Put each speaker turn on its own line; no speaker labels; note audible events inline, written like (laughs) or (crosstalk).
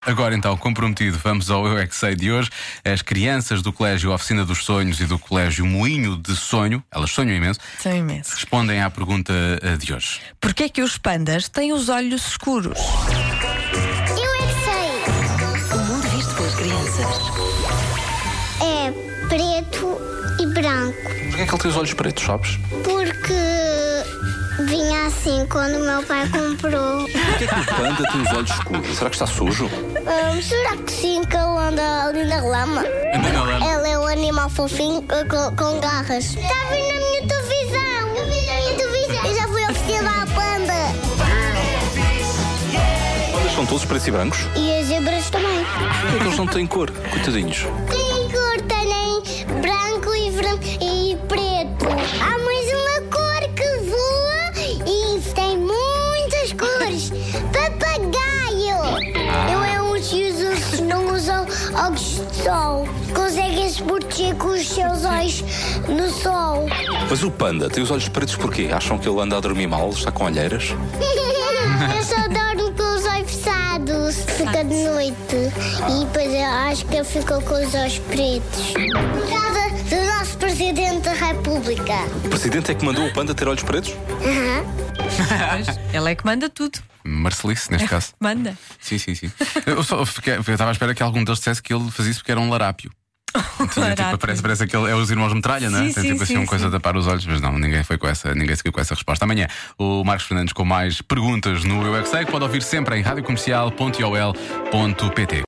Agora então, comprometido, vamos ao Eu é que Sei de hoje. As crianças do Colégio Oficina dos Sonhos e do Colégio Moinho de Sonho, elas sonham imenso,
São imensos.
respondem à pergunta eh, de hoje.
Porquê é que os pandas têm os olhos escuros?
Eu é que sei.
O mundo visto pelas crianças.
É preto e branco.
Porquê é que ele tem os olhos pretos, sabes?
Porque vinha assim quando meu pai comprou.
Porquê é que o panda tem os olhos escuros? Será que está sujo?
Hum, será que sim que ele anda ali na lama?
Anda na lama.
Ele é um animal fofinho eh, com, com garras. Estava na minha televisão. Eu vi na minha televisão. Eu já fui oferecida à panda.
Eles são todos pretos e brancos.
E as zebras também.
Porquê é que eles não têm cor? Coitadinhos.
Tem cor, tem branco e, vran- e preto. Há mais uma cor que voa e tem muitas cores. (laughs) Papagaio! Eu é os que os ursos não usam óculos de sol. Conseguem se proteger com os seus olhos no sol.
Mas o panda tem os olhos pretos porquê? Acham que ele anda a dormir mal? Está com olheiras?
(laughs) Eu só dormo com os olhos fechados. Fica de noite. E depois eu acho que eu fico com os olhos pretos. Por causa do nosso Presidente da República.
O presidente é que mandou o panda ter olhos pretos?
Ela é que manda tudo.
Marcelice,
(laughs)
neste caso.
Manda.
Sim, sim, sim. Eu só fiquei- eu estava à espera que algum deles dissesse que ele fazia isso porque era um larápio. Tinha, tipo,
Um Larápio.
parece, parece aquele, é os irmãos metralha, não é?
Sim,
Tem
sim,
tipo assim
sim,
uma coisa
sim.
a tapar os olhos, mas não, ninguém foi com essa, ninguém seguiu com essa resposta. Amanhã, o Marcos Fernandes com mais perguntas no Eu é que Sei, que pode ouvir sempre em radiocomercial.iol.pt.